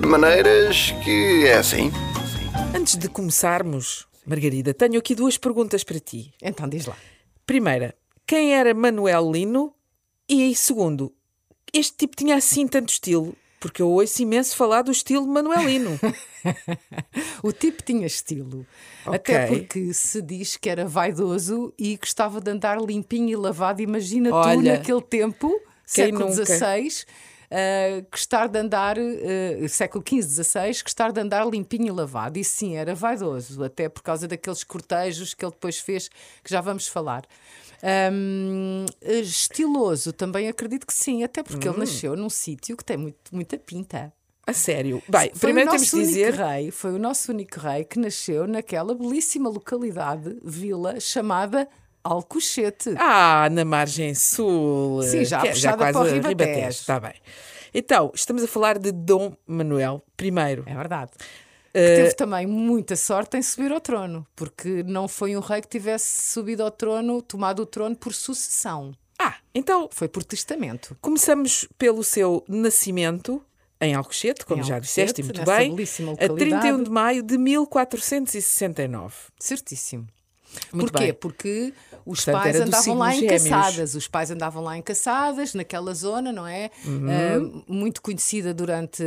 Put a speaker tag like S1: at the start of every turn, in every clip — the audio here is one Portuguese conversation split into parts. S1: De maneiras que é assim.
S2: Antes de começarmos, Margarida, tenho aqui duas perguntas para ti.
S3: Então diz lá.
S2: Primeira, quem era Manuel Lino? E segundo, este tipo tinha assim tanto estilo? Porque eu ouço imenso falar do estilo de Manuel Lino.
S3: O tipo tinha estilo.
S2: Ok.
S3: Até porque se diz que era vaidoso e gostava de andar limpinho e lavado. Imagina tu
S2: Olha,
S3: naquele tempo,
S2: quem
S3: século
S2: nunca?
S3: XVI, ah, gostar de andar, ah, século XV, XVI, gostar de andar limpinho e lavado. E sim, era vaidoso, até por causa daqueles cortejos que ele depois fez, que já vamos falar. Ahm, eh, estiloso também acredito que sim, até porque
S2: Hum.
S3: ele nasceu num sítio que tem muito, muita pinta.
S2: A sério. Bem,
S3: Foi
S2: primeiro
S3: o
S2: temos
S3: nosso
S2: de dizer.
S3: único rei, foi o nosso único rei que nasceu naquela belíssima localidade, vila chamada Alcochete.
S2: Ah, na margem sul.
S3: Sim, já
S2: que é-
S3: puxada para o Ribatejo.
S2: Está tá bem. Então, estamos a falar de Dom Manuel I.
S3: É verdade. Que
S2: Eh,
S3: teve também muita sorte em subir ao trono, porque não foi um rei que tivesse subido ao trono, tomado o trono por sucessão.
S2: Ah, então
S3: Foi por testamento.
S2: começamos pelo seu nascimento em Alcochete, como
S3: Em
S2: já
S3: Alcochete,
S2: disseste e muito
S3: nessa
S2: bem,
S3: belíssima
S2: a 31
S3: localidade.
S2: de maio de 1469.
S3: Certíssimo.
S2: Muito
S3: Porquê?
S2: bem.
S3: Porque os
S2: Portanto,
S3: pais
S2: era do
S3: andavam
S2: signo
S3: lá em
S2: Gêmeos.
S3: caçadas. Os pais andavam lá em caçadas, naquela zona, não é?
S2: Uhum.
S3: Ah, muito conhecida durante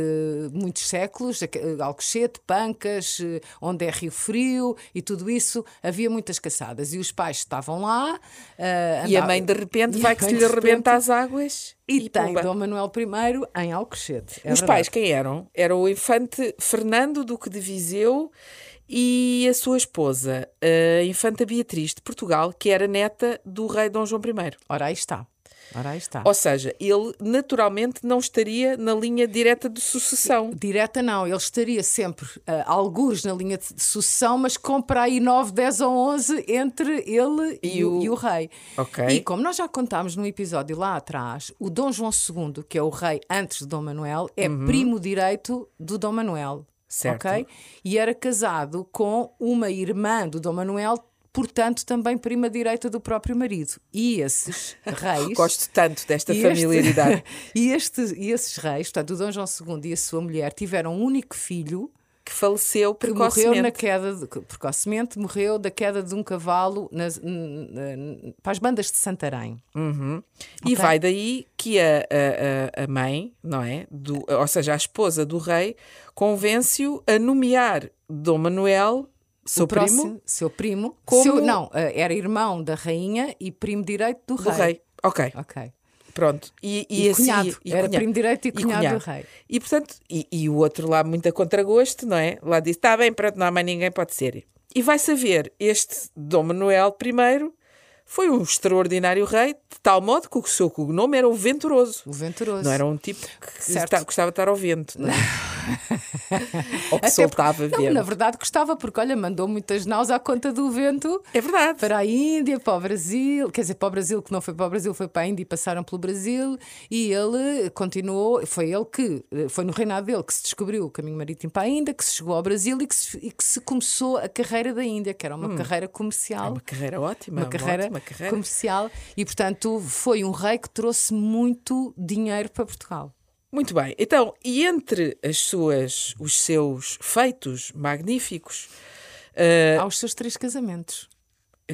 S3: muitos séculos, aque- Alcochete, Pancas, eh, onde é Rio Frio e tudo isso. Havia muitas caçadas e os pais estavam lá. ah,
S2: E a
S3: andava-
S2: mãe de repente
S3: E a
S2: vai que se
S3: mãe,
S2: lhe
S3: de repente,
S2: arrebenta as águas
S3: E tem
S2: pumba.
S3: Dom Manuel I em Alcochete. É
S2: Os
S3: verdade.
S2: pais quem eram? Era o infante Fernando Duque de Viseu e a sua esposa, a infanta Beatriz de Portugal, que era neta do rei Dom João I.
S3: Ora aí está. Ora aí está.
S2: Ou seja, ele naturalmente não estaria na linha direta de sucessão.
S3: Direta não, ele estaria sempre ah, algures na linha de de sucessão, mas compra aí 9, 10 ou 11 entre ele e,
S2: E o-
S3: o, e o rei.
S2: Ok.
S3: E como nós já contámos num episódio lá atrás, o Dom João II, que é o rei antes de Dom Manuel, é primo direito do Dom Manuel.
S2: Uhum. Certo.
S3: ok? E era casado com uma irmã do Dom Manuel, portanto também prima direita do próprio marido. E esses reis.
S2: Gosto tanto desta
S3: é E este-
S2: familiaridade.
S3: e, este- e esses reis, portanto, o Dom João II e a sua mulher tiveram um único filho
S2: Que faleceu
S3: que morreu na
S2: precocemente.
S3: queda, de, que precocemente, morreu da queda de um cavalo nas- n- n- para as bandas de Santarém.
S2: Uhum. E vai daí que a, a- a- a mãe, não é? Do, ou seja, a esposa do rei, convence-o a nomear Dom Manuel, seu
S3: O próximo-
S2: primo,
S3: Seu primo.
S2: Como-
S3: seu- não, eh, era irmão da rainha e primo direito do,
S2: do rei. Ok.
S3: Ok.
S2: Pronto. E, e,
S3: E
S2: assim,
S3: cunhado. Era primo direito e cunhado do rei.
S2: E portanto, e, e o outro lá, muito a contragosto, não é? Lá disse: está bem, pronto, não há mais ninguém, pode ser. E vai saber, este Dom Manuel I foi um extraordinário rei, de tal modo que o seu cognome era o Venturoso.
S3: O venturoso.
S2: Não era um tipo que
S3: Certo.
S2: está- gostava de estar ao vento, não é? Ou que
S3: Até
S2: soltava
S3: porque-
S2: vento.
S3: Não, na verdade gostava, porque olha, mandou muitas naus à conta do vento.
S2: É verdade.
S3: para a Índia, para o Brasil, quer dizer, para o Brasil, que não foi para o Brasil, foi para a Índia e passaram pelo Brasil, e ele continuou, foi ele que, eh, foi no reinado dele que se descobriu o caminho marítimo para a Índia, que se chegou ao Brasil e que se, e que se começou a carreira da Índia, que era uma carreira
S2: É
S3: comercial.
S2: uma carreira ótima.
S3: Uma carreira,
S2: ótima carreira.
S3: comercial e, portanto, foi um rei que trouxe muito dinheiro para Portugal.
S2: Muito bem. Então, e entre as suas, os seus feitos magníficos, Eh,
S3: Aos seus três casamentos.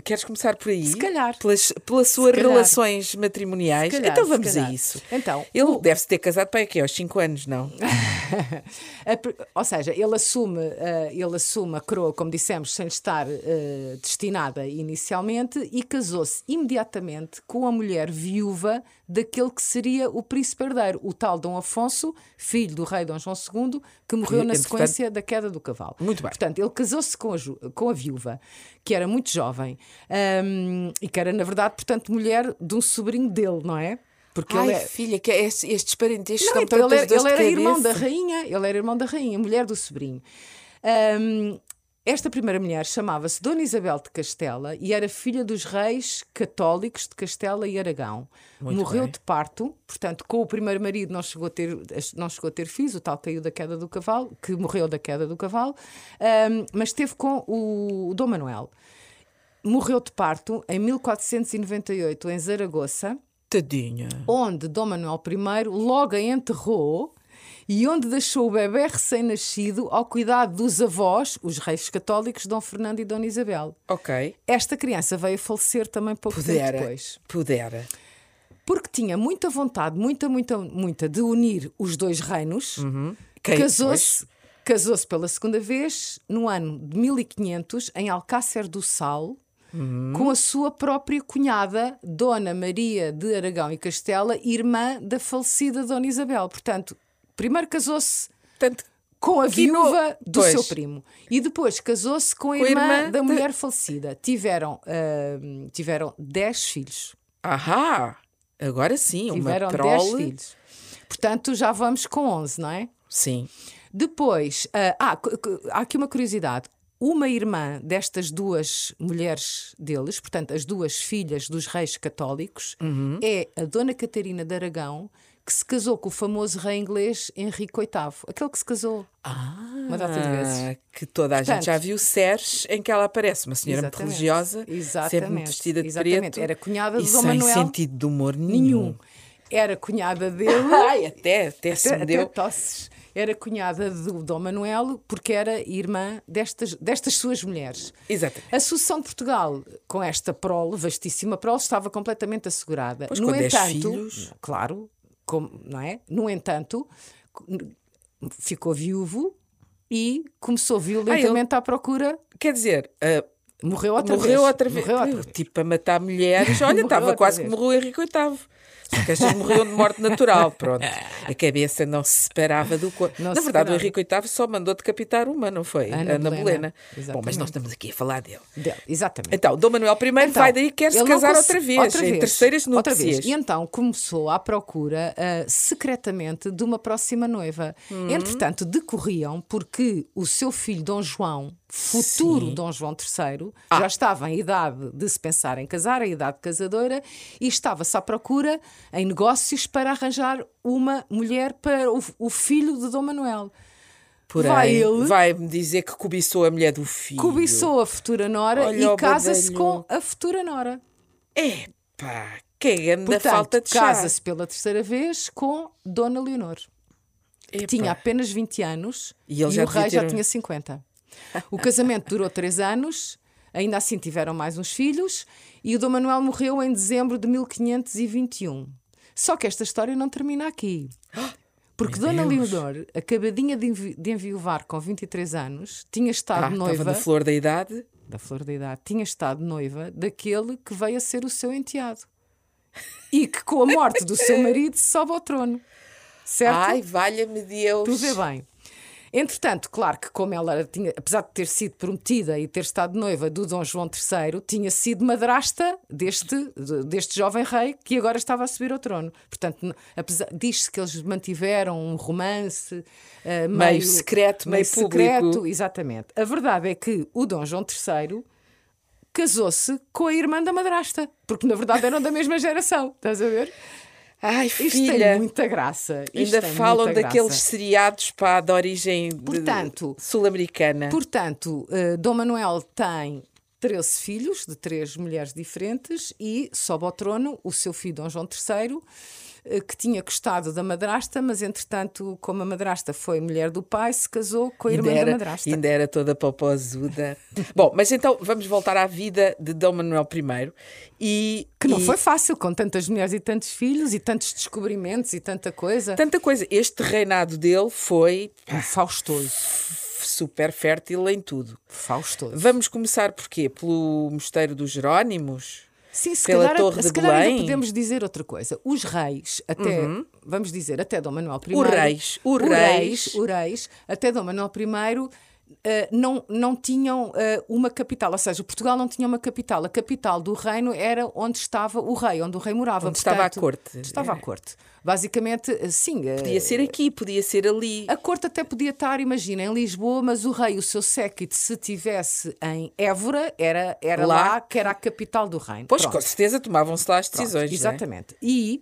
S2: queres começar por aí?
S3: Se calhar.
S2: Pelas, pelas suas
S3: calhar.
S2: relações matrimoniais.
S3: Se calhar,
S2: então
S3: se
S2: vamos a
S3: calhar.
S2: isso.
S3: Então,
S2: Ele deve-se ter casado para aqui aos 5 anos, não?
S3: A pr- Ou seja, ele assume, eh, ele assume a coroa, como dissemos, sem estar eh, destinada inicialmente e casou-se imediatamente com a mulher viúva daquele que seria o príncipe herdeiro, o tal Dom Afonso, filho do rei Dom João II, que morreu na
S2: entretanto-
S3: sequência da queda do cavalo.
S2: é Muito bem.
S3: Portanto, ele casou-se com, a ju- com a viúva, que era muito jovem hum, e que era, na verdade, portanto, mulher de um sobrinho dele, não é? Porque
S2: Ai,
S3: ele é,
S2: filha, que estes, estes parentescos
S3: não,
S2: estão
S3: então ele
S2: tantas
S3: era,
S2: dores
S3: ele era
S2: de
S3: irmão da
S2: cabeça.
S3: rainha, ele era irmão da rainha, mulher do sobrinho. Ahm, esta primeira mulher chamava-se Dona Isabel de Castela e era filha dos reis católicos de Castela e Aragão.
S2: Muito
S3: Morreu
S2: bem.
S3: de parto, portanto, com o primeiro marido não chegou, a ter, não chegou a ter filhos, o tal caiu da queda do cavalo, que morreu da queda do cavalo, ahm, mas teve com o Dom Manuel. Morreu de parto em 1498 em Zaragoza
S2: Tadinha.
S3: onde Dom Manuel I logo a enterrou e onde deixou o bebê recém-nascido ao cuidado dos avós, os reis católicos Dom Fernando e Dona Isabel.
S2: Ok.
S3: Esta criança veio a falecer também pouco tempo
S2: Pudera.
S3: depois.
S2: Pudera.
S3: Porque tinha muita vontade, muita, muita, muita de unir os dois reinos.
S2: Quem
S3: Casou-se casou pela segunda vez no ano de 1500 em Alcácer do Sal.
S2: Uhum.
S3: Com a sua própria cunhada, Dona Maria de Aragão e Castela, irmã da falecida Dona Isabel. Portanto, primeiro casou-se
S2: Portanto,
S3: com a
S2: Que no-
S3: viúva do
S2: Pois.
S3: seu primo. E depois casou-se com a
S2: Com a
S3: irmã,
S2: irmã
S3: da
S2: de-
S3: mulher falecida. Tiveram, ah, tiveram 10 filhos.
S2: ahá, agora sim,
S3: Tiveram
S2: uma
S3: 10
S2: prole.
S3: filhos. Portanto, já vamos com 11, não é?
S2: Sim.
S3: Depois, ah, ah, cu- cu- há aqui uma curiosidade. Uma irmã destas duas mulheres deles, portanto, as duas filhas dos reis católicos, é a Dona Catarina de Aragão, que se casou com o famoso rei inglês Henrique VIII, aquele que se casou uma data de vezes.
S2: Ah, que toda a
S3: Portanto-
S2: gente já viu Seres em que ela aparece, uma senhora muito
S3: Exatamente.
S2: religiosa, sempre
S3: Exatamente.
S2: muito vestida de
S3: Exatamente.
S2: preto.
S3: Era cunhada
S2: e
S3: de Dom
S2: sem
S3: Manuel.
S2: sentido de humor
S3: nenhum.
S2: nenhum.
S3: Era cunhada dele.
S2: Hum. Ai, até, até se
S3: até,
S2: me
S3: até
S2: deu.
S3: tosses. Era cunhada do Dom Manuel, porque era irmã destas, destas suas mulheres.
S2: Exatamente.
S3: A sucessão de Portugal, com esta prole, vastíssima prole, estava completamente assegurada.
S2: Pois,
S3: no
S2: com dez
S3: entanto,
S2: filhos.
S3: claro, como- não é? No entanto, ficou viúvo e
S2: Ah,
S3: começou violentamente à procura.
S2: Quer dizer, ah,
S3: Morreu outra
S2: morreu
S3: vez.
S2: outra vez.
S3: Morreu outra
S2: Eu, Tipo, a matar mulheres. Olha,
S3: Morreu
S2: estava
S3: outra
S2: quase
S3: vez.
S2: que morreu o Henrique VIII. Só que estas morreram de morte natural, pronto. A cabeça não se separava do corpo.
S3: Não
S2: Na
S3: se
S2: verdade,
S3: separava.
S2: o Henrique VIII só mandou decapitar uma, não foi?
S3: Ana
S2: Ana,
S3: Bolena.
S2: Bolena. Bom, mas
S3: Exatamente.
S2: nós estamos aqui a falar dele.
S3: Dele, Exatamente.
S2: Então, Dom Manuel I
S3: Então,
S2: vai daí e quer se
S3: ele não
S2: casar
S3: conse-
S2: outra vez, em
S3: vez,
S2: terceiras
S3: outra vez.
S2: núpcias.
S3: E então começou à procura ah, secretamente de uma próxima noiva.
S2: Hum.
S3: Entretanto, decorriam porque o seu filho Dom João, futuro
S2: Sim. Ah.
S3: Dom João III, já estava em idade de se pensar em casar, em idade casadora, e estava-se à procura em negócios para arranjar uma mulher para o, o filho de Dom Manuel.
S2: Porém,
S3: vai ele-
S2: vai-me dizer que cobiçou a mulher do filho.
S3: Cobiçou a futura nora
S2: Olha
S3: e
S2: o
S3: casa-se com
S2: badalho.
S3: a futura nora.
S2: Epá, que é grande
S3: Portanto,
S2: falta de chá.
S3: casa-se pela terceira vez com Dona Leonor, que
S2: Epá. Ah,
S3: tinha apenas 20 anos
S2: E ele já
S3: o rei
S2: devia
S3: já
S2: ter um-
S3: tinha 50. O casamento durou 3 anos, ainda assim tiveram mais uns filhos e o Dom Manuel morreu em dezembro de 1521. Só que esta história não termina aqui. Porque
S2: Meu
S3: Dona
S2: Deus.
S3: Leonor, acabadinha de, envi de enviuvar com 23 anos, tinha estado
S2: Ah,
S3: noiva
S2: estava na flor da idade.
S3: da flor da idade, tinha estado noiva daquele que veio a ser o seu enteado. E que com a morte do seu marido sobe ao trono. Certo?
S2: Ai, valha-me Deus.
S3: Tu vê é bem. Entretanto, claro que como ela tinha, apesar de ter sido prometida e ter estado noiva do Dom João III, tinha sido madrasta deste, de- deste jovem rei que agora estava a subir ao trono. Portanto, n- apesar- diz-se que eles mantiveram um romance eh, meio,
S2: secreto, meio público.
S3: secreto, exatamente. A verdade é que o Dom João III casou-se com a irmã da madrasta, porque na verdade eram da mesma geração, estás a ver?
S2: Ai,
S3: Isto
S2: filha.
S3: tem muita graça. Isto
S2: Ainda
S3: tem
S2: falam
S3: muita
S2: daqueles
S3: graça.
S2: seriados pá, de origem de-
S3: Portanto,
S2: sul-americana.
S3: Portanto, eh, Dom Manuel tem 13 filhos de três mulheres diferentes e sobe ao trono o seu filho Dom João III, eh, que tinha gostado da madrasta, mas entretanto, como a madrasta foi mulher do pai, se casou com a irmã
S2: Ainda era,
S3: da madrasta.
S2: ainda era toda popozuda. Bom, mas então vamos voltar à vida de Dom Manuel I. E,
S3: Que não
S2: e
S3: foi fácil, com tantas mulheres e tantos filhos e tantos descobrimentos e tanta coisa.
S2: tanta coisa. Este reinado dele foi
S3: Um faustoso.
S2: f- super fértil em tudo.
S3: Faustoso.
S2: Vamos começar por quê? Pelo Mosteiro dos Jerónimos?
S3: Sim, se
S2: Pela
S3: calhar,
S2: Torre
S3: se
S2: de
S3: calhar ainda
S2: Belém? Uhum.
S3: podemos dizer outra coisa. Os reis, até, vamos dizer, até Dom Manuel I.
S2: O reis, o
S3: o reis,
S2: reis.
S3: o reis, até Dom Manuel I. eh, não, não tinham eh, uma capital, ou seja, Portugal não tinha uma capital. A capital do reino era onde estava o rei, onde o rei morava.
S2: Onde estava a corte. É.
S3: onde Estava a corte. Basicamente, eh, sim. eh,
S2: Podia ser aqui, podia ser ali.
S3: a corte até podia estar, imagina, em Lisboa, mas o rei, o seu séquito, se tivesse em Évora, era, era lá.
S2: Lá.
S3: que era a capital do reino.
S2: Pois,
S3: Pronto.
S2: com certeza tomavam-se lá as
S3: Pronto,
S2: decisões. não é?
S3: exatamente. E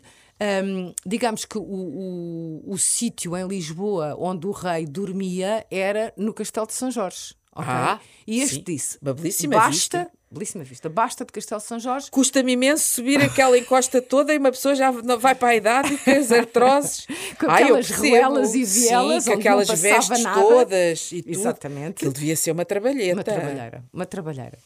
S3: hum, digamos que o, o, o sítio em Lisboa onde o rei dormia era no Castelo de São Jorge. ok?
S2: Ah,
S3: e este
S2: sim.
S3: disse:
S2: Uma belíssima
S3: basta,
S2: vista.
S3: Belíssima vista. Basta de Castelo de São Jorge.
S2: Custa-me imenso subir aquela encosta toda e uma pessoa já não- vai para a idade e tem as artroses.
S3: Com
S2: Ai, eu
S3: aquelas
S2: percebo.
S3: ruelas e vielas
S2: Sim, com
S3: onde
S2: aquelas
S3: não passava
S2: vestes
S3: nada.
S2: todas e tudo.
S3: Exatamente.
S2: Aquilo devia ser uma trabalheta.
S3: Uma trabalheira. Uma trabalheira.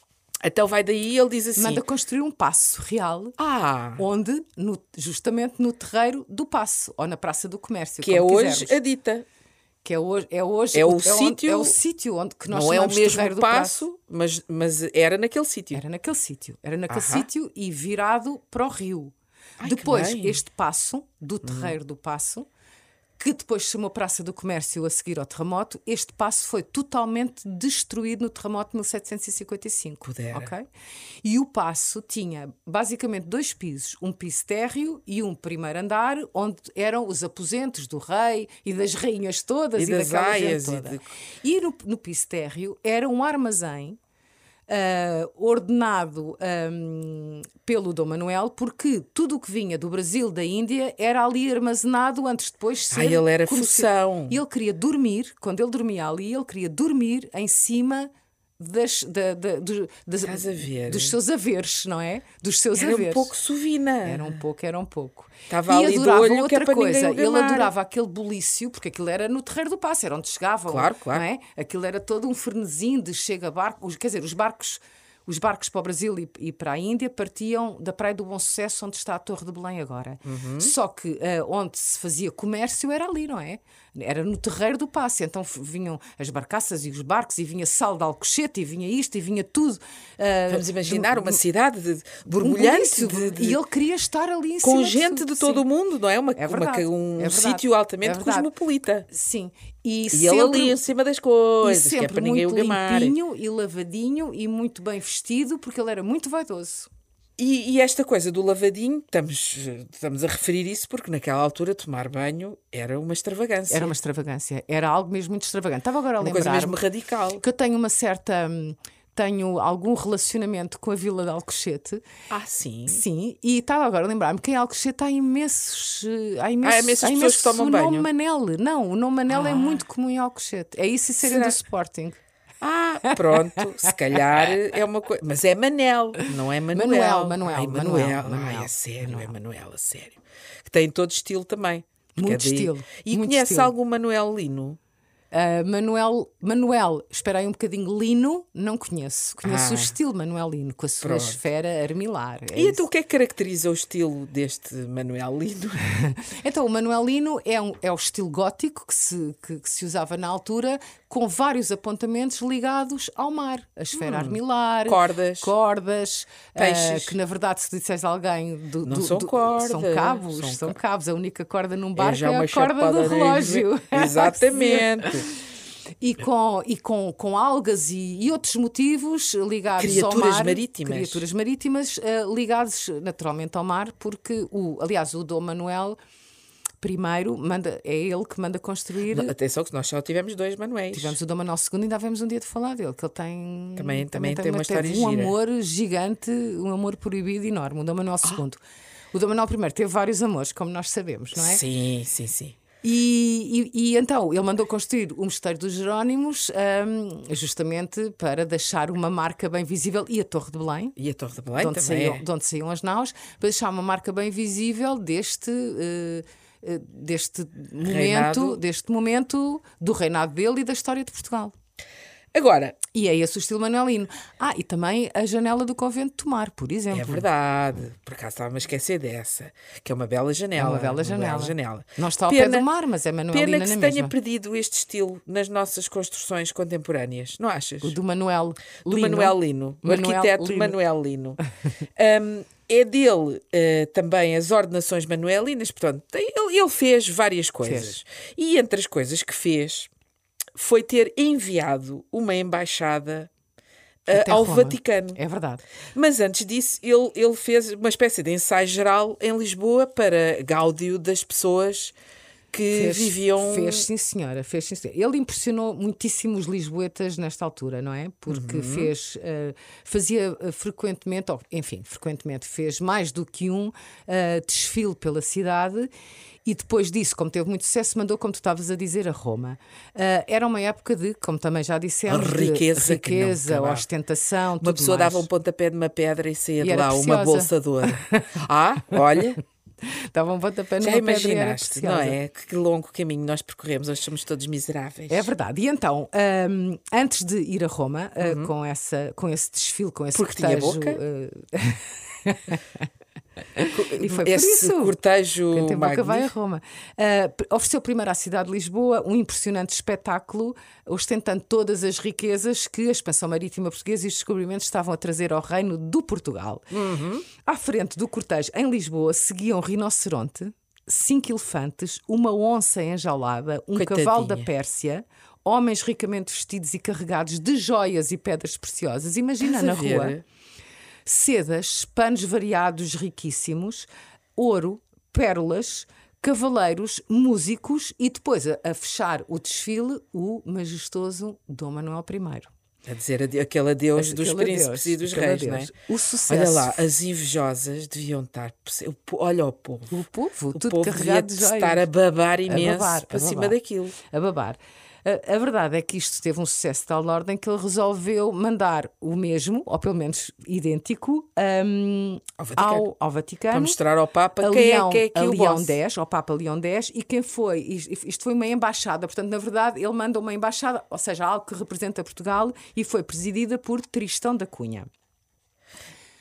S2: Então vai daí e ele diz assim...
S3: Manda construir um passo real.
S2: Ah,
S3: Onde, no- justamente no terreiro do Passo, ou na Praça do Comércio,
S2: que é
S3: como
S2: hoje
S3: quisermos.
S2: a dita.
S3: que é hoje é hoje
S2: É o
S3: onde-
S2: sítio-
S3: é o sítio onde que nós
S2: não é o
S3: chamamos de Terreiro
S2: mesmo
S3: do
S2: passo, mas, mas era naquele sítio.
S3: era naquele sítio era naquele
S2: Ahá.
S3: sítio e virado para o rio
S2: Ai, que
S3: depois
S2: bem.
S3: este passo do terreiro do passo que depois se chamou Praça do Comércio a seguir ao terremoto, este passo foi totalmente destruído no terremoto de 1755.
S2: Pudera.
S3: ok? E o passo tinha basicamente dois pisos, um piso térreo e um primeiro andar, onde eram os aposentos do rei e das rainhas todas
S2: E
S3: e,
S2: das
S3: daquela gente
S2: aias e
S3: toda.
S2: de-
S3: E no, no piso térreo era um armazém ah, ordenado ahm, pelo Dom Manuel, porque tudo o que vinha do Brasil, da Índia, era ali armazenado antes de depois ser.
S2: Ah, ele era
S3: comerci-
S2: função.
S3: E ele queria dormir, quando ele dormia ali, ele queria dormir em cima. Das, da- da- do- das-
S2: Estás a ver?
S3: dos seus haveres, não é? Dos seus
S2: Era
S3: haveres.
S2: um pouco sovina.
S3: Era um pouco, era um pouco.
S2: Estava ali do olho que é para ninguém o
S3: Ele
S2: gamar.
S3: adorava aquele bulício, porque aquilo era no terreiro do passo, era onde chegavam.
S2: Claro, claro.
S3: Não é? Aquilo era todo um fornezinho de chega barco, os- quer dizer, os barcos. Os barcos para o Brasil e, e para a Índia partiam da Praia do Bom Sucesso, onde está a Torre de Belém agora.
S2: Uhum.
S3: Só que ah, onde se fazia comércio era ali, não é? Era no terreiro do passe. Então f- vinham as barcaças e os barcos, e vinha sal de Alcochete, e vinha isto, e vinha tudo. ah,
S2: Vamos
S3: de-
S2: imaginar uma cidade de-
S3: um
S2: borbulhante
S3: polícia,
S2: de- de-
S3: e ele queria estar ali em
S2: com
S3: cima de
S2: gente
S3: tudo,
S2: de todo
S3: sim.
S2: o mundo, não é? Uma,
S3: É
S2: uma-
S3: verdade,
S2: um
S3: é verdade,
S2: sítio altamente
S3: é verdade.
S2: cosmopolita.
S3: Sim. E,
S2: E ele ali em
S3: sempre-
S2: cima das
S3: e
S2: coisas, que é
S3: sempre
S2: para ninguém o
S3: muito
S2: gamar.
S3: limpinho e lavadinho e muito bem vestido, porque ele era muito vaidoso.
S2: E, e esta coisa do lavadinho, estamos, estamos a referir isso porque naquela altura tomar banho era uma extravagância.
S3: Era uma extravagância, era algo mesmo muito extravagante. Estava agora a
S2: Uma coisa
S3: lembrar
S2: mesmo radical.
S3: que eu tenho uma certa. hum, Tenho algum relacionamento com a Vila de Alcochete.
S2: Ah, sim.
S3: Sim, e estava agora a lembrar-me que em Alcochete há imensos. eh, Há imensos,
S2: Há imensas pessoas que tomam
S3: o
S2: banho.
S3: nome Manel. Não, o nome Manel é muito comum em Alcochete. É isso e serem
S2: Será?
S3: do Sporting.
S2: Ah, pronto, se calhar é uma coisa. Mas é Manel, não é Manuel.
S3: Manuel, Manuel,
S2: Ai,
S3: Manuel,
S2: Manuel. Ai,
S3: Manuel,
S2: é sério, é Manuel, a sério. Que tem todo estilo também. Porque
S3: Muito
S2: é daí-
S3: estilo,
S2: E
S3: muito
S2: conhece
S3: estilo.
S2: algum Manuel Lino?
S3: Uh, Manuel, Manuel, espera aí um bocadinho, Lino, não conheço. Conheço
S2: Ah.
S3: o estilo Manuel Lino, com a sua
S2: Pronto.
S3: esfera armilar. é
S2: e
S3: isso.
S2: então o que é que caracteriza o estilo deste Manuel Lino?
S3: Então, o Manuelino é, um- é o estilo gótico que se, que- que se usava na altura, com vários apontamentos ligados ao mar. A esfera armilar,
S2: Hum. Cordas.
S3: cordas,
S2: Peixes.
S3: ah, que na verdade, se disseres a alguém, do,
S2: Não
S3: do-
S2: são
S3: do-
S2: cordas,
S3: são cabos,
S2: são
S3: são,
S2: ca-
S3: cabos. A única corda num barco é,
S2: já
S3: a corda
S2: chapada
S3: do
S2: na
S3: relógio.
S2: enjo- Exatamente.
S3: e com, e com, com algas e, e outros motivos ligados ao
S2: Criaturas
S3: mar.
S2: marítimas.
S3: Criaturas marítimas eh, ligados naturalmente ao mar, porque, o, aliás, o Dom Manuel primeiro manda, é ele que manda construir.
S2: Não, Atenção que nós só tivemos dois Manuéis.
S3: Tivemos o Dom Manuel II e ainda havemos um dia de falar dele, que ele tem
S2: Também- também tem uma
S3: teve
S2: história gira.
S3: um
S2: Ah.
S3: amor gigante, um amor proibido enorme, o Dom Manuel II. O Dom Manuel I teve vários amores, como nós sabemos, não é?
S2: Sim, sim, sim.
S3: E, e- e então ele mandou construir o Mosteiro dos Jerónimos hum, justamente para deixar uma marca bem visível e a Torre de Belém.
S2: E a Torre de Belém
S3: De onde,
S2: também.
S3: saíam,
S2: é.
S3: de onde saíam as naus, para deixar uma marca bem visível deste, eh, eh, deste,
S2: Reinado.
S3: momento, deste momento do reinado dele e da história de Portugal.
S2: Agora,
S3: E é esse o estilo manuelino. Ah, e também a janela do convento de Tomar, por exemplo.
S2: É verdade, por acaso estava-me a esquecer dessa, que é uma bela janela.
S3: É uma bela janela.
S2: janela.
S3: Não está ao pé do mar, mas é manuelina
S2: Pena que
S3: na
S2: se
S3: mesma.
S2: tenha perdido este estilo nas nossas construções contemporâneas, não achas?
S3: O do Manuel
S2: do Manuel Lino, o
S3: Manuel
S2: arquiteto
S3: Lino.
S2: Manuel Lino. Hum, é dele eh, também as ordenações manuelinas, portanto, tem- ele, ele fez várias coisas. E entre as coisas que fez foi ter enviado uma embaixada eh,
S3: Até
S2: ao
S3: Roma.
S2: Vaticano.
S3: É verdade.
S2: Mas antes disso, ele, ele fez uma espécie de ensaio geral em Lisboa para gáudio das pessoas que
S3: Fez-
S2: viviam.
S3: Fez, sim, senhora, fez, sim, senhora. Ele impressionou muitíssimo os lisboetas nesta altura, não é? Porque
S2: Uhum.
S3: fez, eh, fazia eh, frequentemente, ou, enfim, frequentemente fez mais do que um eh, desfile pela cidade e depois disso, como teve muito sucesso, mandou, como tu estavas a dizer, a Roma. Eh, era uma época de, como também já dissemos, de
S2: riqueza que não
S3: riqueza
S2: acabava.
S3: ostentação,
S2: Uma
S3: tudo
S2: pessoa
S3: mais.
S2: dava um pontapé de uma pedra e saía
S3: E
S2: de
S3: era
S2: lá uma
S3: preciosa.
S2: bolsa de ouro. Ah, olha,
S3: Dava um pontapé
S2: já
S3: numa pedra e era
S2: imaginaste, não
S3: preciosa.
S2: é? Que longo caminho nós percorremos, hoje somos todos miseráveis.
S3: É verdade. E então, hum, antes de ir a Roma, uh, com, essa, com esse desfile, com esse
S2: Porque tinha
S3: cortejo,
S2: boca.
S3: uh, e foi por
S2: Esse
S3: isso.
S2: cortejo
S3: Quem tem boca vai a
S2: magnífico.
S3: Roma. Uh, p- ofereceu primeiro à cidade de Lisboa um impressionante espetáculo, ostentando todas as riquezas que a expansão marítima portuguesa e os descobrimentos estavam a trazer ao reino do Portugal.
S2: Uhum.
S3: À frente do cortejo, em Lisboa, seguiam um rinoceronte, cinco elefantes, uma onça enjaulada, um
S2: Coitadinha.
S3: cavalo da Pérsia. Homens ricamente vestidos e carregados de joias e pedras preciosas. Imagina
S2: Estás a
S3: na
S2: ver?
S3: rua sedas, panos variados riquíssimos, ouro, pérolas, cavaleiros, músicos e depois a, a fechar o desfile o majestoso Dom Manuel I.
S2: A dizer ade- aquele adeus dos
S3: Aquele
S2: príncipes
S3: adeus,
S2: e dos
S3: aquele
S2: reis, não é?
S3: adeus. O sucesso.
S2: Olha lá, as invejosas deviam estar. o po- Olha o povo.
S3: O povo,
S2: O
S3: tudo
S2: povo devia
S3: carregado de joias.
S2: estar a babar imenso
S3: babar, a
S2: para cima
S3: babar.
S2: daquilo.
S3: a babar. A, a verdade é que isto teve um sucesso de tal ordem que ele resolveu mandar o mesmo, ou pelo menos idêntico, hum,
S2: Ao Vaticano.
S3: ao- ao Vaticano.
S2: Para mostrar ao Papa
S3: a
S2: quem
S3: Leão,
S2: é que é
S3: a
S2: aqui o
S3: Leão
S2: boss.
S3: X, ao Papa Leão X, e quem foi? Isto isto foi uma embaixada, portanto, na verdade, ele manda uma embaixada, ou seja, algo que representa Portugal, e foi presidida por Tristão da Cunha.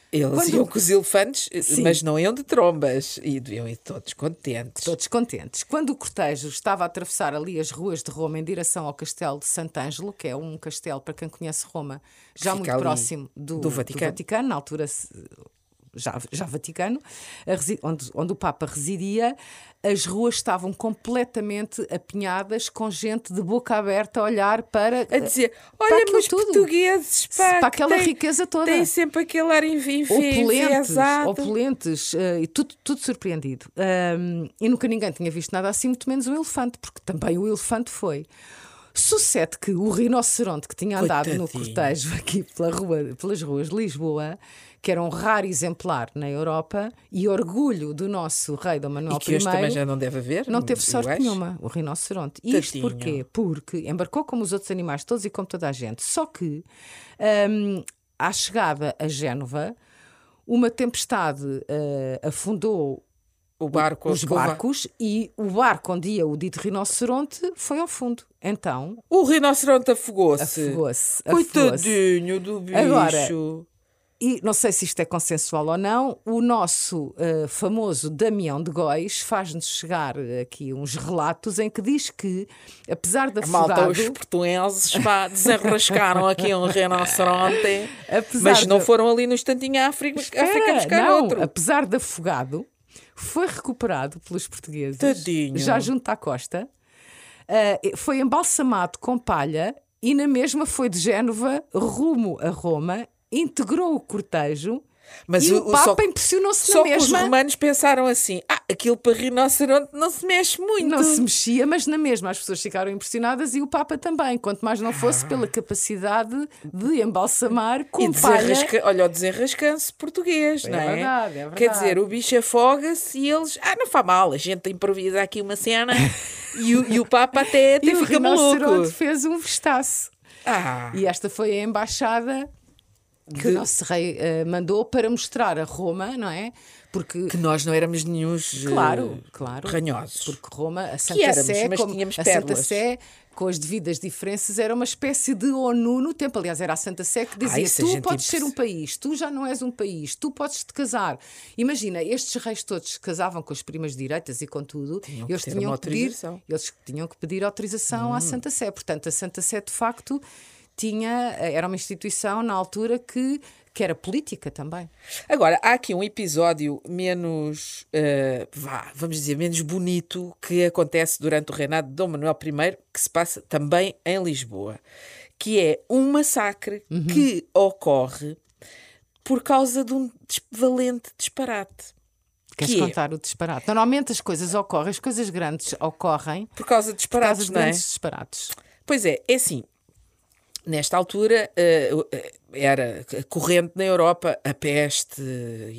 S2: Eles
S3: Quando-
S2: iam com os elefantes,
S3: Sim.
S2: mas não iam de trombas. E deviam ir todos contentes.
S3: Todos contentes. Quando o cortejo estava a atravessar ali as ruas de Roma em direção ao castelo de Sant'Angelo, que é um castelo, para quem conhece Roma, já
S2: Fica
S3: muito
S2: ali
S3: próximo do,
S2: do Vaticano.
S3: na altura se- já, já Vaticano, a resi- onde, onde o Papa residia, as ruas estavam completamente apinhadas com gente de boca aberta a olhar para...
S2: A dizer, olha,
S3: aquilo
S2: mas
S3: tudo.
S2: portugueses, pá,
S3: Para
S2: que
S3: aquela
S2: têm-
S3: riqueza toda.
S2: Têm sempre aquele ar envi- enfi-
S3: opulentes,
S2: enviesado.
S3: opulentes eh, e tudo, tudo surpreendido. Ahm, e nunca ninguém tinha visto nada assim, muito menos um elefante, porque também o elefante foi. Sucede que o rinoceronte que tinha andado no
S2: Coitadinho.
S3: cortejo aqui pela rua- pelas ruas de Lisboa, que era um raro exemplar na Europa e orgulho do nosso rei Dom Manuel
S2: E que hoje
S3: I,
S2: também já não deve haver.
S3: não teve
S2: Hum, eu
S3: sorte
S2: acho.
S3: nenhuma, o rinoceronte. E isto
S2: Tadinho.
S3: porquê? Porque embarcou como os outros animais todos e como toda a gente. Só que, hum, à chegada a Génova, uma tempestade eh, afundou
S2: O barco, a
S3: os
S2: escova.
S3: barcos e o barco onde ia o dito rinoceronte foi ao fundo. Então,
S2: O rinoceronte afogou-se.
S3: afogou-se. afogou-se.
S2: Coitadinho do bicho.
S3: Agora, E não sei se isto é consensual ou não, o nosso eh, famoso Damião de Góis faz-nos chegar aqui uns relatos em que diz que, apesar de
S2: A Malta,
S3: afogado...
S2: os portuenses pá, desenrascaram aqui um rinoceronte,
S3: Apesar
S2: mas não
S3: de-
S2: foram ali no instantinho à África, à África
S3: Espera,
S2: buscar
S3: não,
S2: outro.
S3: Apesar de afogado, foi recuperado pelos portugueses.
S2: Tadinho.
S3: Já junto à costa. Ah, e- foi embalsamado com palha e na mesma foi de Génova rumo a Roma, integrou o cortejo
S2: Mas
S3: e
S2: o-
S3: o,
S2: o- só-
S3: Papa impressionou-se
S2: Só
S3: na
S2: que os
S3: mesma.
S2: romanos pensaram assim: ah, aquilo para rinoceronte não se mexe muito.
S3: Não se mexia, mas na mesma as pessoas ficaram impressionadas e o Papa também, quanto mais não fosse pela capacidade de embalsamar
S2: E
S3: com palha
S2: desenrasca... olha o desenrascanço português, não é?
S3: verdade, né? é
S2: Quer
S3: verdade.
S2: dizer, o bicho afoga-se e eles, ah, não faz mal, a gente improvisa aqui uma cena e, o, e o Papa até, até
S3: e o
S2: fica
S3: rinoceronte
S2: maluco.
S3: fez um vestaço.
S2: Ah,
S3: E esta foi a embaixada que o nosso rei eh, mandou para mostrar a Roma, não é? Porque,
S2: que nós não éramos nenhuns eh,
S3: claro, claro.
S2: ranhosos.
S3: Porque Roma, a Santa
S2: éramos,
S3: Sé,
S2: mas
S3: como-
S2: tínhamos
S3: a Santa
S2: pérolas.
S3: Sé, com as devidas diferenças, era uma espécie de ONU no tempo. Aliás, era a Santa Sé que dizia:
S2: isso a
S3: tu
S2: gente
S3: podes ser um
S2: impress-
S3: país, tu já não és um país, tu podes te casar. Imagina, estes reis todos se casavam com as primas direitas e com tudo,
S2: que
S3: eles
S2: ter
S3: tinham
S2: uma
S3: que pedir,
S2: autorização. Hum.
S3: eles tinham que pedir autorização à Santa Sé. Portanto, a Santa Sé de facto tinha eh, era uma instituição na altura que que era política também.
S2: Agora, há aqui um episódio menos, eh, vá, vamos dizer, menos bonito que acontece durante o reinado de Dom Manuel I, que se passa também em Lisboa, que é um massacre
S3: Uhum.
S2: que ocorre por causa de um dis- valente disparate.
S3: Queres
S2: Que é?
S3: contar o disparate? Normalmente as coisas ocorrem, as coisas grandes ocorrem
S2: Por causa de
S3: por causa
S2: disparados,
S3: de
S2: não é?
S3: grandes disparates.
S2: Pois é, é assim. Nesta altura eh, eh, era corrente na Europa a peste,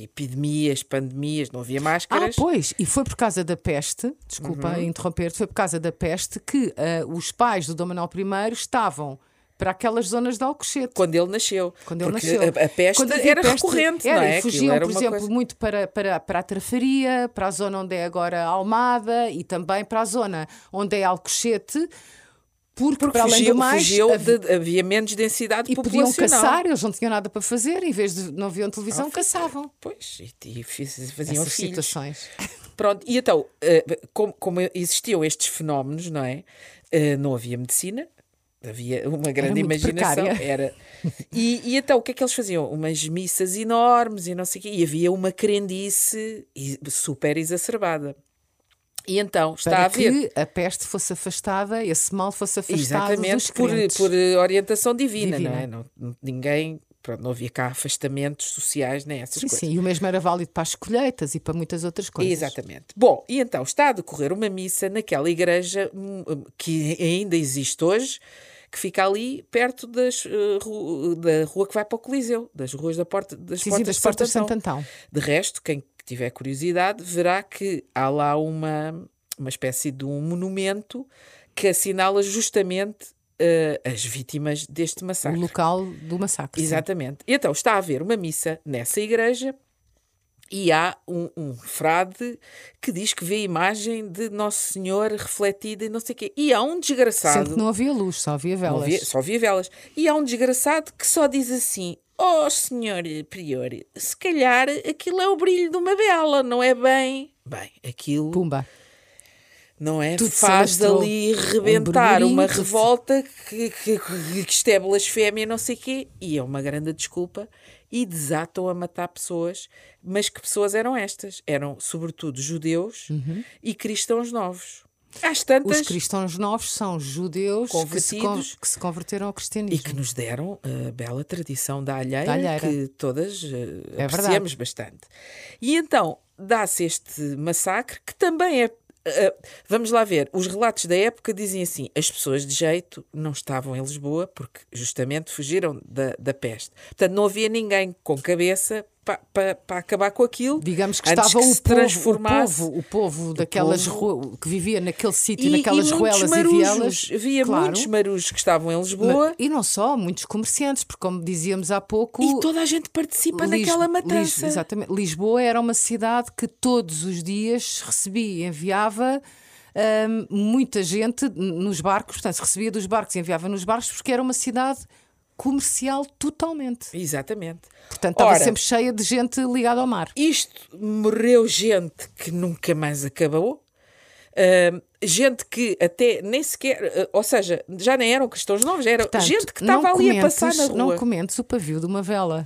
S2: epidemias, pandemias, não havia
S3: Ah,
S2: máscaras.
S3: pois, e foi por causa da peste, desculpa
S2: Uhum.
S3: interromper-te, foi por causa da peste que ah, os pais do Dom Manuel I estavam para aquelas zonas de Alcochete.
S2: quando ele nasceu.
S3: Quando ele
S2: Porque
S3: nasceu.
S2: A, a peste
S3: Quando havia
S2: era recorrente,
S3: era,
S2: não
S3: e
S2: é? Aquilo
S3: fugiam,
S2: era
S3: por
S2: uma
S3: exemplo,
S2: coisa-
S3: muito para, para, para a Trafaria, para a zona onde é agora a Almada e também para a zona onde é Alcochete, porque, para além
S2: fugiam,
S3: do mais.
S2: fugiam
S3: havia-
S2: de- havia menos densidade
S3: E podiam
S2: populacional.
S3: caçar, eles não tinham nada para fazer, em vez de não viam televisão,
S2: Ah, foi-
S3: caçavam.
S2: Pois, e, e fiz- faziam
S3: Essas
S2: filhos.
S3: situações.
S2: Pronto, e então, eh, como, como existiam estes fenómenos, não é? Eh, não havia medicina, havia uma grande
S3: muito
S2: imaginação.
S3: precária.
S2: Era. E, e então, o que é que eles faziam? Umas missas enormes e não sei o quê, e havia uma crendice e- super exacerbada. E então, está a
S3: para
S2: haver.
S3: que a peste fosse afastada, esse mal fosse afastado dos
S2: Exatamente, por,
S3: crentes.
S2: por eh, orientação divina,
S3: Divina.
S2: não é? Não- não- ninguém, pronto, não havia cá afastamentos sociais nem essas
S3: Sim,
S2: coisas.
S3: sim, e o mesmo era válido para as colheitas e para muitas outras coisas.
S2: Exatamente. Bom, e então está a decorrer uma missa naquela igreja hum, hum, que ainda existe hoje, que fica ali perto das, eh, ru- da rua que vai para o Coliseu, das ruas da porta, das
S3: Sim, sim,
S2: portas
S3: das
S2: de
S3: portas de
S2: Santo
S3: Santo
S2: Antão.
S3: Antão.
S2: De resto, quem tiver curiosidade, verá que há lá uma, uma espécie de um monumento que assinala justamente eh, as vítimas deste
S3: O
S2: massacre.
S3: local do massacre. sim.
S2: Exatamente. E então está a haver uma missa nessa igreja e há um, um frade que diz que vê a imagem de Nosso Senhor refletida e não sei o quê. E há um
S3: Sendo
S2: desgraçado.
S3: que não havia luz, só havia
S2: não
S3: velas.
S2: havia- só via velas. E há um desgraçado que só diz assim: Oh, senhor prior, se calhar aquilo é o brilho de uma vela, não é bem? Bem, aquilo
S3: Pumba.
S2: não é?
S3: Tudo se
S2: Faz
S3: alastrou.
S2: dali
S3: Um
S2: rebentar
S3: burburinho,
S2: uma
S3: tudo se-
S2: revolta que, que, que, que isto é blasfémia, não sei o quê, e é uma grande desculpa, e desatam a matar pessoas. Mas que pessoas eram estas? Eram, sobretudo, judeus e cristãos novos. Às tantas.
S3: Os cristãos novos são judeus que se, con-
S2: Convertidos.
S3: que se converteram ao
S2: E
S3: cristianismo.
S2: que nos deram a bela tradição da alheira,
S3: Uhum. Da alheira.
S2: que todas eh,
S3: É
S2: apreciamos bastante. E então dá-se este massacre que também é. eh, vamos lá ver, os relatos da época dizem assim: as pessoas de jeito não estavam em Lisboa porque justamente fugiram da, da peste. Portanto, não havia ninguém com cabeça para acabar com aquilo.
S3: Digamos que
S2: antes
S3: estava
S2: que
S3: o,
S2: se
S3: povo, o
S2: transformasse.
S3: povo, o povo daquelas
S2: povo.
S3: ruas que vivia naquele sítio,
S2: E,
S3: naquelas
S2: e muitos
S3: ruelas e vielas.
S2: marujos, havia
S3: claro.
S2: muitos marujos que estavam em
S3: Ma-
S2: Lisboa
S3: E não só, muitos comerciantes, porque como dizíamos há pouco.
S2: e toda a gente participa
S3: Lis-
S2: naquela
S3: Lis-
S2: matança.
S3: exatamente. Lisboa era uma cidade que todos os dias recebia e enviava hum, muita gente n- nos barcos, portanto, se recebia dos barcos e enviava nos barcos, porque era uma cidade comercial totalmente.
S2: Exatamente.
S3: Portanto, estava
S2: Ora,
S3: sempre cheia de gente ligada ao mar.
S2: Isto morreu gente que nunca mais acabou. Ahm, gente que até nem sequer, eh, ou seja, já nem eram cristãos novos, já era
S3: Portanto,
S2: gente que
S3: não
S2: estava ali a passar na
S3: comentes- Não
S2: rua.
S3: comentes o pavio de uma vela.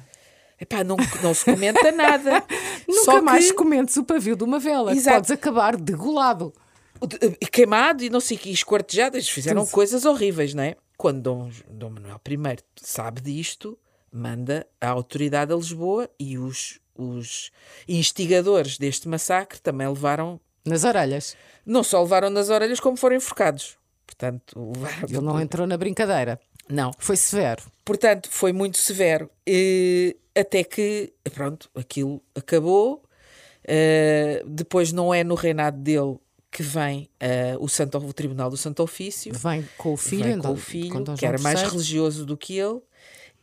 S2: Epá, não, não se comenta nada.
S3: Nunca
S2: Só
S3: mais
S2: que,
S3: comentes o pavio de uma vela. que
S2: Exato.
S3: Podes acabar degolado.
S2: eh, queimado e não sei o que, esquartejado, eles fizeram
S3: Tudo.
S2: coisas horríveis, não é? Quando Dom, Dom Manuel I sabe disto, manda a autoridade a Lisboa e os, os instigadores deste massacre também levaram
S3: Nas orelhas.
S2: não só levaram nas orelhas como foram enforcados. Portanto, levaram...
S3: Ele não entrou na brincadeira.
S2: Não.
S3: Foi severo.
S2: Portanto, foi muito severo. Eh, até que, pronto, aquilo acabou. Eh, depois não é no reinado dele que vem eh, o, Santo, o Tribunal do Santo Ofício.
S3: Vem com o filho,
S2: Vem com
S3: então,
S2: o filho,
S3: com Dom
S2: que
S3: João
S2: era mais
S3: III.
S2: religioso do que ele.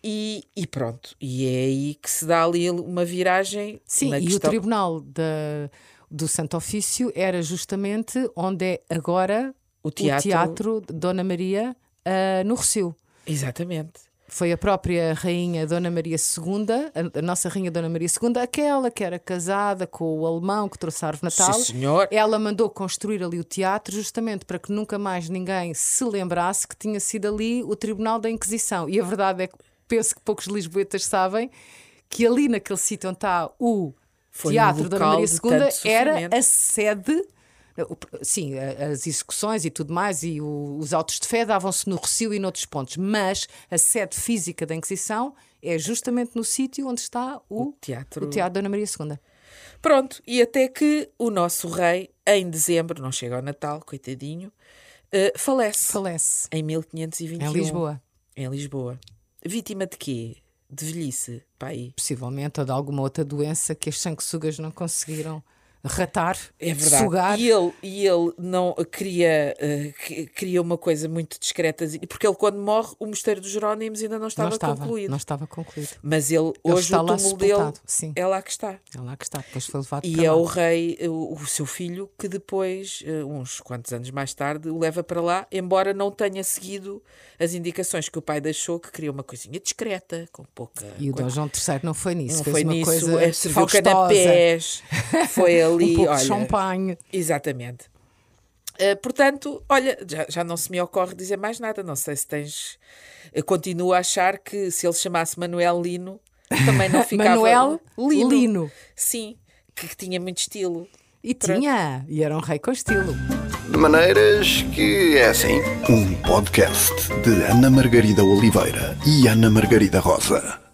S2: E, e pronto, e é aí que se dá ali uma viragem
S3: Sim,
S2: na
S3: e o
S2: questão-
S3: tribunal da- do Santo Ofício era justamente onde é agora
S2: o
S3: o teatro de Dona Maria ah, no Rocio.
S2: Exatamente.
S3: Foi a própria rainha Dona Maria II, a, a nossa rainha Dona Maria II, aquela que era casada com o alemão que trouxe a árvore de natal.
S2: Sim, senhor.
S3: Ela mandou construir ali o teatro justamente para que nunca mais ninguém se lembrasse que tinha sido ali o Tribunal da Inquisição. E a verdade é que penso que poucos lisboetas sabem que ali naquele sítio onde está o
S2: Foi um
S3: Teatro da
S2: local
S3: Maria
S2: de tanto
S3: II era
S2: sofrimento.
S3: a sede. o- Sim, a- as execuções e tudo mais, e o- os autos de fé davam-se no Recio e noutros pontos, mas a sede física da Inquisição é justamente no sítio onde está o,
S2: O teatro.
S3: o Teatro da Dona Maria II.
S2: Pronto, e até que o nosso rei, em dezembro, não chega ao Natal, coitadinho, eh, falece.
S3: Falece.
S2: Em 1521.
S3: Em Lisboa.
S2: Em Lisboa. Vítima de quê? De velhice, pai.
S3: Possivelmente, ou de alguma outra doença que as sanguessugas não conseguiram ratar,
S2: É verdade.
S3: sugar.
S2: E ele, e ele não queria, eh, que- queria uma coisa muito discreta, porque ele, quando morre, o Mosteiro dos Jerónimos ainda não estava,
S3: não, estava,
S2: concluído.
S3: não estava concluído.
S2: Mas ele, hoje,
S3: está
S2: o
S3: lá
S2: túmulo dele
S3: sepultado, sim.
S2: é lá que está.
S3: É lá que está, depois foi levado
S2: E
S3: para
S2: é
S3: lá.
S2: o rei, o, o seu filho, que depois, eh, uns quantos anos mais tarde, o leva para lá, embora não tenha seguido as indicações que o pai deixou, que queria uma coisinha discreta, com pouca.
S3: E o Dom João III não foi nisso.
S2: não
S3: fez
S2: foi
S3: uma
S2: nisso,
S3: coisa
S2: eh, serviu
S3: faustosa,
S2: canapés, foi ali,
S3: um pouco de
S2: olha,
S3: champanhe.
S2: Exatamente. Eh, portanto, olha, já, já não se me ocorre dizer mais nada. Não sei se tens. Eu continuo a achar que se ele chamasse Manuel Lino, também não ficava.
S3: Manuel Lino.
S2: Sim, que, que tinha muito estilo.
S3: E tinha, e era um rei com estilo.
S1: De maneiras que é assim.
S4: Um podcast de Ana Margarida Oliveira e Ana Margarida Rosa.